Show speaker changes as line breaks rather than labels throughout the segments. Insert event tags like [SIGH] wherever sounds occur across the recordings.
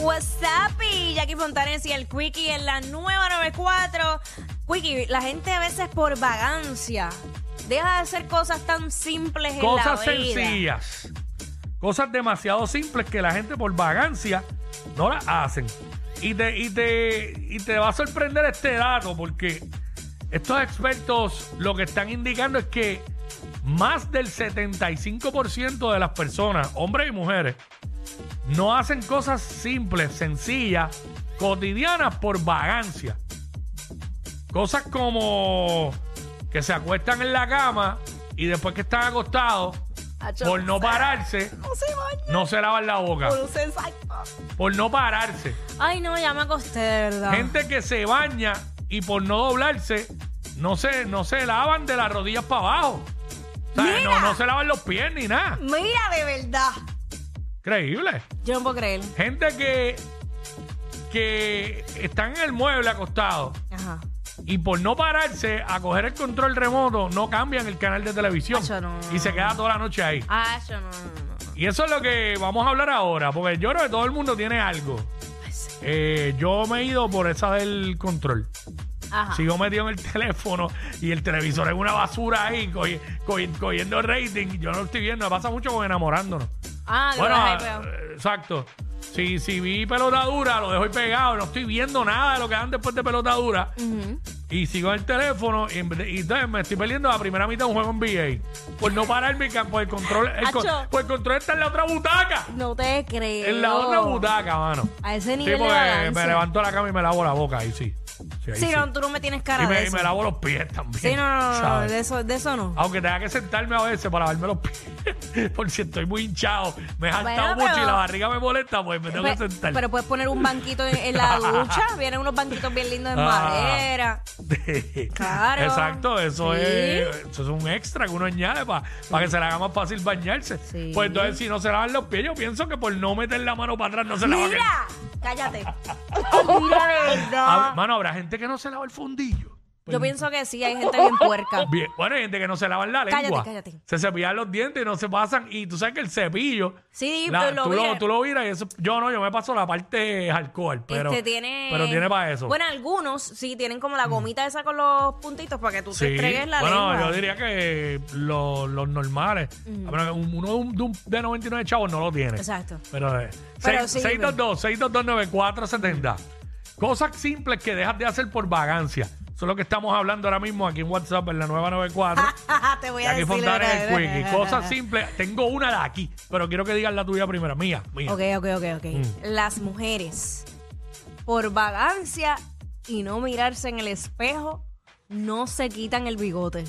WhatsApp y Jackie Fontanes y el Quickie en la nueva 94. Quickie, la gente a veces por vagancia deja de hacer cosas tan simples
Cosas
en la vida.
sencillas. Cosas demasiado simples que la gente por vagancia no las hacen. Y te, y te, y te va a sorprender este dato porque estos expertos lo que están indicando es que más del 75% de las personas, hombres y mujeres, no hacen cosas simples, sencillas, cotidianas por vagancia. Cosas como que se acuestan en la cama y después que están acostados,
Acho,
por no Ah.
se-
pararse,
No se baña,
no se lavan la boca.
no se saca.
Por no pararse.
Ay, no, ya me acosté, de ¿verdad?
Gente que se baña y por no doblarse, no se, no se lavan de las rodillas para abajo. O sea, no,
Mira.
no se lavan los pies ni nada.
Mira, de verdad.
Increíble.
Yo no puedo creer.
Gente que, que están en el mueble acostados
Ajá.
y por no pararse a coger el control remoto, no cambian el canal de televisión.
Acho, no.
Y se queda toda la noche ahí.
Ah, yo no, no, no, no.
Y eso es lo que vamos a hablar ahora, porque yo creo que todo el mundo tiene algo.
Ay, sí.
Eh, yo me he ido por esa del control.
Ajá.
Sigo metido en el [LAUGHS] teléfono y el televisor es una basura ahí, cogi- cogi- cogiendo rating. Yo no lo estoy viendo, me pasa mucho con enamorándonos.
Ah, que
bueno,
lo dejé ahí pegado.
eh, exacto. Si, si vi pelota dura, lo dejo ahí pegado. No estoy viendo nada de lo que dan después de pelota dura.
Ujú.
Y sigo en el teléfono y, en vez de- y entonces me estoy perdiendo la primera mitad de un juego en NBA. Por no parar mi campo, el control, el, con-
Acho.
pues el control está en la otra butaca.
No te creo.
En la otra butaca, mano.
A ese
Sí,
nivel de
porque
vagancia.
me levanto la cama y me lavo la boca ahí sí. Sí, ahí
Sí,
sí.
no, tú no me tienes cara
y,
de
me, y
eso.
me lavo los pies también.
Sí, no, no, no, no,
¿sabes?
de eso, de eso no.
Aunque tenga que sentarme a veces para lavarme los pies. [LAUGHS] Por si estoy muy hinchado, me he
Bueno,
jaltado mucho y
pero-
la barriga me molesta, pues me tengo
Pe-
que sentar. [LAUGHS]
Pero puedes poner un banquito en, en la ducha. Vienen unos banquitos bien lindos en
Ah.
madera. Claro.
Exacto, eso,
Sí.
es, eso es un extra que uno añade para que se le haga más fácil bañarse.
Sí.
Pues entonces, si no se lavan los pies, yo pienso que por no meter la mano para atrás no se lavan.
¡Mira!
[LAUGHS]
Cállate. Mira, de verdad.
Mano, habrá gente que no se lava el fundillo.
Yo pienso que sí, hay gente bien
[LAUGHS]
puerca.
Bien. Bueno, hay gente que no se lavan la
Oh. Cállate,
lengua.
cállate.
Se cepillan los dientes y no se pasan. Y tú sabes que el cepillo.
Sí, pues,
la-
lo
tú,
vi.
lo, tú lo viras y eso. Yo no, yo me paso la parte alcohol, pero.
este tiene.
Pero tiene para eso. Mm.
Bueno, algunos sí tienen como la gomita esa con los puntitos para que tú
Sí.
te entregues la
bueno,
lengua.
yo diría que lo- los normales. A menos que un- uno de un- de, un- de 99 chavos no lo tiene.
Exacto. [LAUGHS]
Pero, eh,
Pero
seis-
sí,
622, 6229470. Cosas simples que dejas de hacer por vagancia. Eso es lo que estamos hablando ahora mismo aquí en WhatsApp en la 994.
te Ah, voy a
Jackie
decir.
Fontanes el Quickie. Cosas simples. Tengo una de aquí, pero quiero que digas la tuya primero. Mía, mía.
Ok, ok, ok, ok.
Mm.
Las mujeres, por vagancia y no mirarse en el espejo, no se quitan el bigote.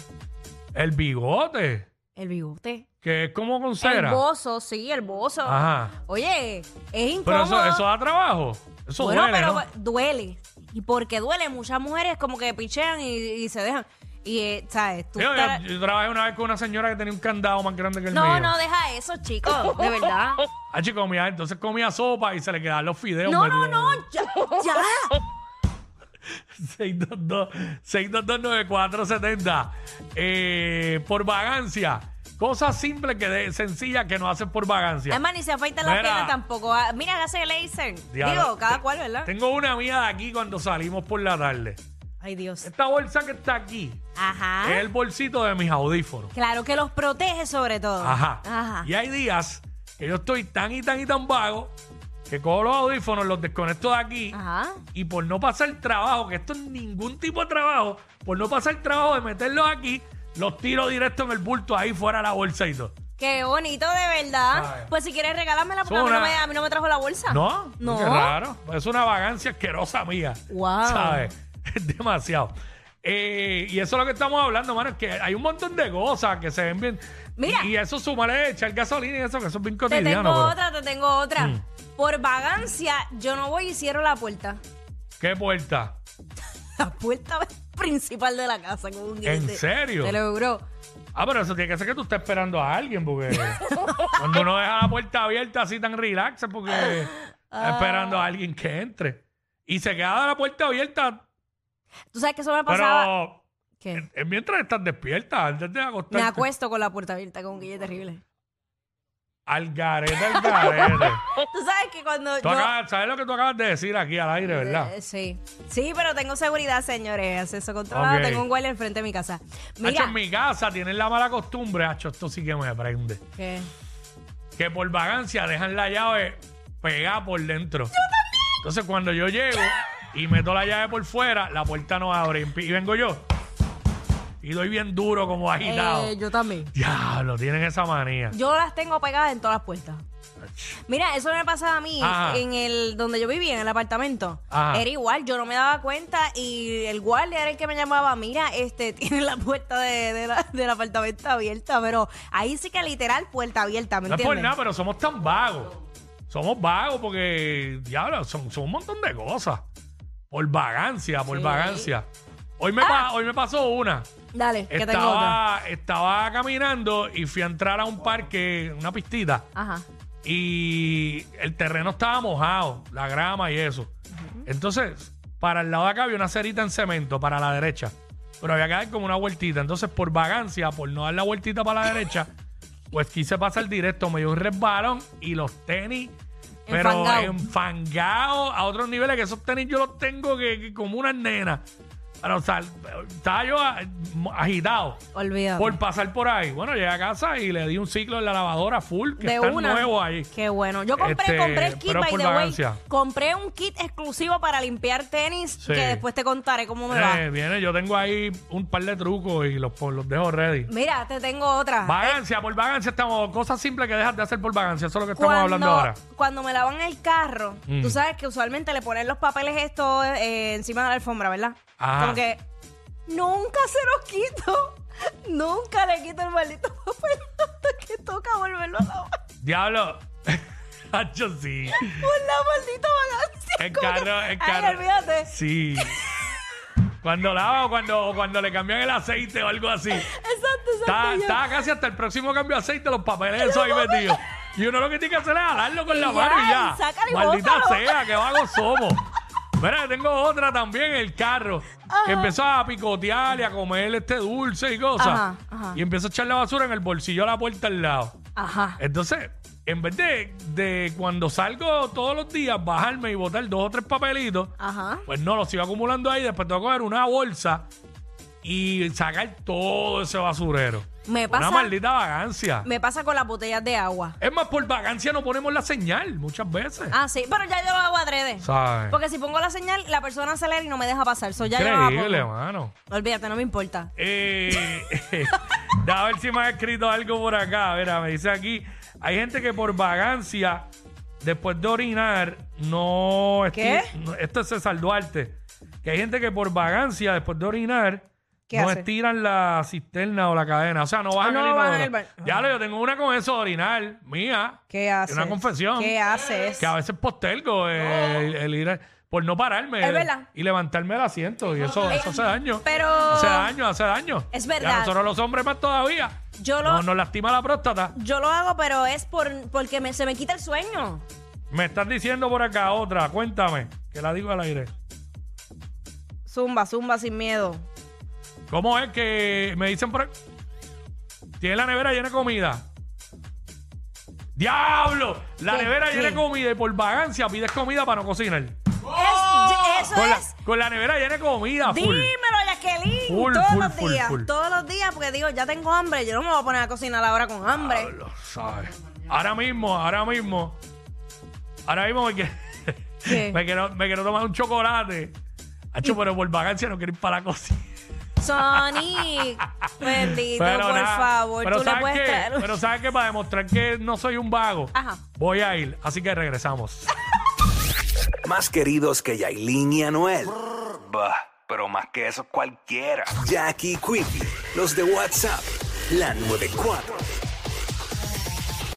El bigote,
El bigote.
que es como con
El
cera.
bozo, sí, el bozo.
Ajá.
Oye, es incómodo.
Pero eso, eso da trabajo. Eso
bueno,
duele,
pero pues,
¿no?
duele. Y porque duele, muchas mujeres como que pichean y, y se dejan. Y, eh, ¿sabes? Tú
Yo, yo-
estás-
yo trabajé una vez con una señora que tenía un candado más grande que el mío.
No, no, deja eso, chicos, de
[LAUGHS]
verdad.
Ah, chico, comía- entonces comía sopa y se le quedaban los fideos.
No, no,
metidos. [LAUGHS]
no, ya, ya.
622 6229470. Eh, por vagancia. Cosas simples que de- sencillas que no hacen por vagancia.
Además, ni se afeitan las
Mira.
piernas tampoco. Ah, Mira, hace el laser.
Diablo.
Digo, cada cual, ¿verdad?
Tengo una mía de aquí cuando salimos por la tarde.
Ay, Dios.
Esta bolsa que está aquí
Ajá.
es el bolsito de mis audífonos.
Claro que los protege sobre todo.
Ajá.
Ajá.
Y hay días que yo estoy tan y tan y tan vago que cojo los audífonos, los desconecto de aquí
Ajá.
y por no pasar trabajo, que esto es ningún tipo de trabajo, por no pasar trabajo de meterlos aquí, los tiro directo en el bulto ahí fuera de la bolsa y todo.
Qué bonito, de verdad.
Ay.
Pues si quieres regalármela, porque a mí,
Una-
no me, a mí no me trajo la bolsa.
No,
Ah, No.
qué raro. Pues Es una vagancia asquerosa mía.
Wow.
¿Sabes? [LAUGHS] Es demasiado. Eh, y eso es lo que estamos hablando, mano, es que hay un montón de cosas que se ven bien.
Mira.
Y, y eso sumarle echar gasolina y eso, que eso es bien
Te
cotidiano.
tengo
pero- Mm.
otra, te tengo otra. Por vagancia, yo no voy y cierro la puerta. [LAUGHS]
¿Qué puerta?
La puerta principal de la casa con un
¿En
grito.
serio?
Te lo juro.
Ah, pero eso tiene que ser que tú estés esperando a
[LAUGHS]
alguien, porque cuando uno deja la puerta abierta así tan relax, es porque
Ah.
está esperando a alguien que entre. Y se queda la puerta abierta,
Tú sabes que eso me pasaba.
pero
¿Qué?
es mientras estás despierta, antes de
Me
acostarte.
acuesto con la puerta abierta con un guille terrible.
Al garete,
[LAUGHS]
al garete.
Tú sabes que cuando yo.
Tú acabas- ¿Sabes lo que tú acabas de decir aquí al aire, verdad?
Eh, sí. Sí, pero tengo seguridad, señores. Acceso controlado.
Ok.
Tengo un guardia enfrente de mi casa.
Hacho,
Mira.
en mi casa tienen la mala costumbre, hacho, esto sí que me prende.
¿Qué?
Que por vagancia dejan la llave pegada por dentro. Yo también. Entonces cuando yo llego y meto la llave por fuera, la puerta no abre. Y empi- Y vengo yo. Y doy bien duro, como agitado.
Eh, yo también.
Diablo, tienen esa manía.
Yo las tengo pegadas en todas las puertas.
Ach.
Mira, eso me pasaba a mí
Ajá.
en el donde yo vivía, en el apartamento.
Ajá.
Era igual, yo no me daba cuenta y el guardia era el que me llamaba, mira, este, [LAUGHS] tiene la puerta de, de la- del apartamento abierta, pero ahí sí que literal puerta abierta, ¿me
No es por
entiendes?
nada, pero somos tan vagos. Somos vagos porque, diablo, son, son un montón de cosas. Por vagancia, por vagancia. Hoy me, pa- hoy me pasó una.
Dale, que Ah. tengo otra.
Estaba, estaba caminando y fui a entrar a un parque, una pistita,
Ajá.
y el terreno estaba mojado, la grama y eso. Entonces, para el lado de acá había una cerita en cemento, para la derecha, pero había que dar como una vueltita. Entonces, por vagancia, por no dar la vueltita para la derecha, pues quise pasar directo, me dio un resbalón y los tenis, pero
Enfangao.
enfangados a otros niveles, que esos tenis yo los tengo que, que como unas nenas. Pero, o sea, estaba yo a- agitado
Olvídate.
por pasar por ahí. Bueno, llegué a casa y le di un ciclo en la lavadora full, que
de
está
una.
nuevo ahí.
Qué bueno. Yo compré,
Este,
compré el kit
pero es
by
por
the way.
vagancia.
Compré un kit exclusivo para limpiar tenis
Sí.
que después te contaré cómo me va.
Eh, viene, yo tengo ahí un par de trucos y los, pon- los dejo ready.
Mira, te tengo otra.
Vagancia, por vagancia estamos, cosas simples que dejas de hacer por vagancia, eso es lo que estamos hablando ahora.
Cuando me lavan el carro,
Mm.
tú sabes que usualmente le ponen los papeles estos eh, encima de la alfombra, ¿verdad?
Ajá.
Como que nunca se los quito. [LAUGHS] Nunca le quito el maldito papel [LAUGHS] hasta que toca volverlo a lavar.
Diablo, [LAUGHS] Hacho, sí.
Por la maldita vagancia.
El
Como que,
carro, el
ay,
carro.
olvídate. [LAUGHS]
Sí. Cuando lava o cuando, o cuando le cambian el aceite o algo así.
Exacto, exacto.
Está,
yo-
está casi hasta el próximo cambio de aceite, los papeles esos ahí metidos. Y uno lo que tiene que hacer es jalarlo con la
Y
mano
ya,
y ya.
y sácalo y
Maldita
bótalo.
sea, que vagos somos. Mira, tengo otra también, el carro, que empieza a picotear y a comer este dulce y cosas.
Ajá, ajá.
Y empieza a echar la basura en el bolsillo a la puerta al lado.
Ajá.
Entonces, en vez de, de cuando salgo todos los días, bajarme y botar dos o tres papelitos,
Ajá.
pues no, los sigo acumulando ahí. Después tengo que coger una bolsa y sacar todo ese basurero.
Me
Una
pasa-
maldita vagancia.
Me pasa con las botellas de agua.
Es más, por vagancia no ponemos la señal muchas veces.
Ah, sí. Pero ya yo lo hago adrede.
¿Sabes?
Porque si pongo la señal, la persona acelera y no me deja pasar. So, ya yo no la
Increíble,
pongo.
mano.
Olvídate, no me importa.
Eh, [LAUGHS] da a ver si me ha escrito algo por acá. Mira, me dice aquí, hay gente que por vagancia, después de orinar, no...
¿Qué?
esti- no- esto es César Duarte. Que hay gente que por vagancia, después de orinar,
¿Qué
no
hace?
tiran la cisterna o la cadena. O sea, no bajan
No
el
bajan
inodoro.
el ba-
Ya lo, yo tengo una con eso de orinar, mía.
¿Qué haces?
Una confesión.
¿Qué haces?
Que a veces postergo eh, el, el ir a- por no pararme
Es verdad. Eh,
y levantarme el asiento. Y eso, eso hace daño.
pero-
Hace daño, hace daño.
Es
Y a
verdad.
nosotros los hombres más todavía.
Yo lo-
No, nos lastima la próstata.
Yo lo hago, pero es por, porque me- se me quita el sueño.
Me están diciendo por acá otra. Cuéntame, que la digo al aire.
Zumba, zumba sin miedo.
¿Cómo es que me dicen por aquí? Tiene la nevera llena de comida. ¡Diablo! La
¿Qué?
nevera llena
¿Qué?
de comida y por vagancia pides comida para no cocinar.
Es- eso
Con la,
es.
con la nevera llena de comida, Ah, full.
Dímelo, Jacqueline.
Full,
todos
full,
los
full,
días.
full.
Todos los días, porque digo, ya tengo hambre. Yo no me voy a poner a cocinar ahora con hambre.
Diablo, ¿sabes? Ahora mismo, ahora mismo. Ahora mismo me, [LAUGHS] que-
¿Qué?
me quiero, me quiero tomar un chocolate. Hacho, pero por vacancia no quiero ir para la cocina.
Sonic, bendito,
Pero
por
nada,
favor.
pero
tú le
¿sabes
puedes
qué?
traer un-
Pero ¿sabes qué? Para demostrar que no soy un vago,
Ajá.
voy a ir. Así que regresamos.
Más queridos que Yailin y Anuel. Bah, pero más que eso cualquiera. Jackie Quickie, los de WhatsApp, la 94.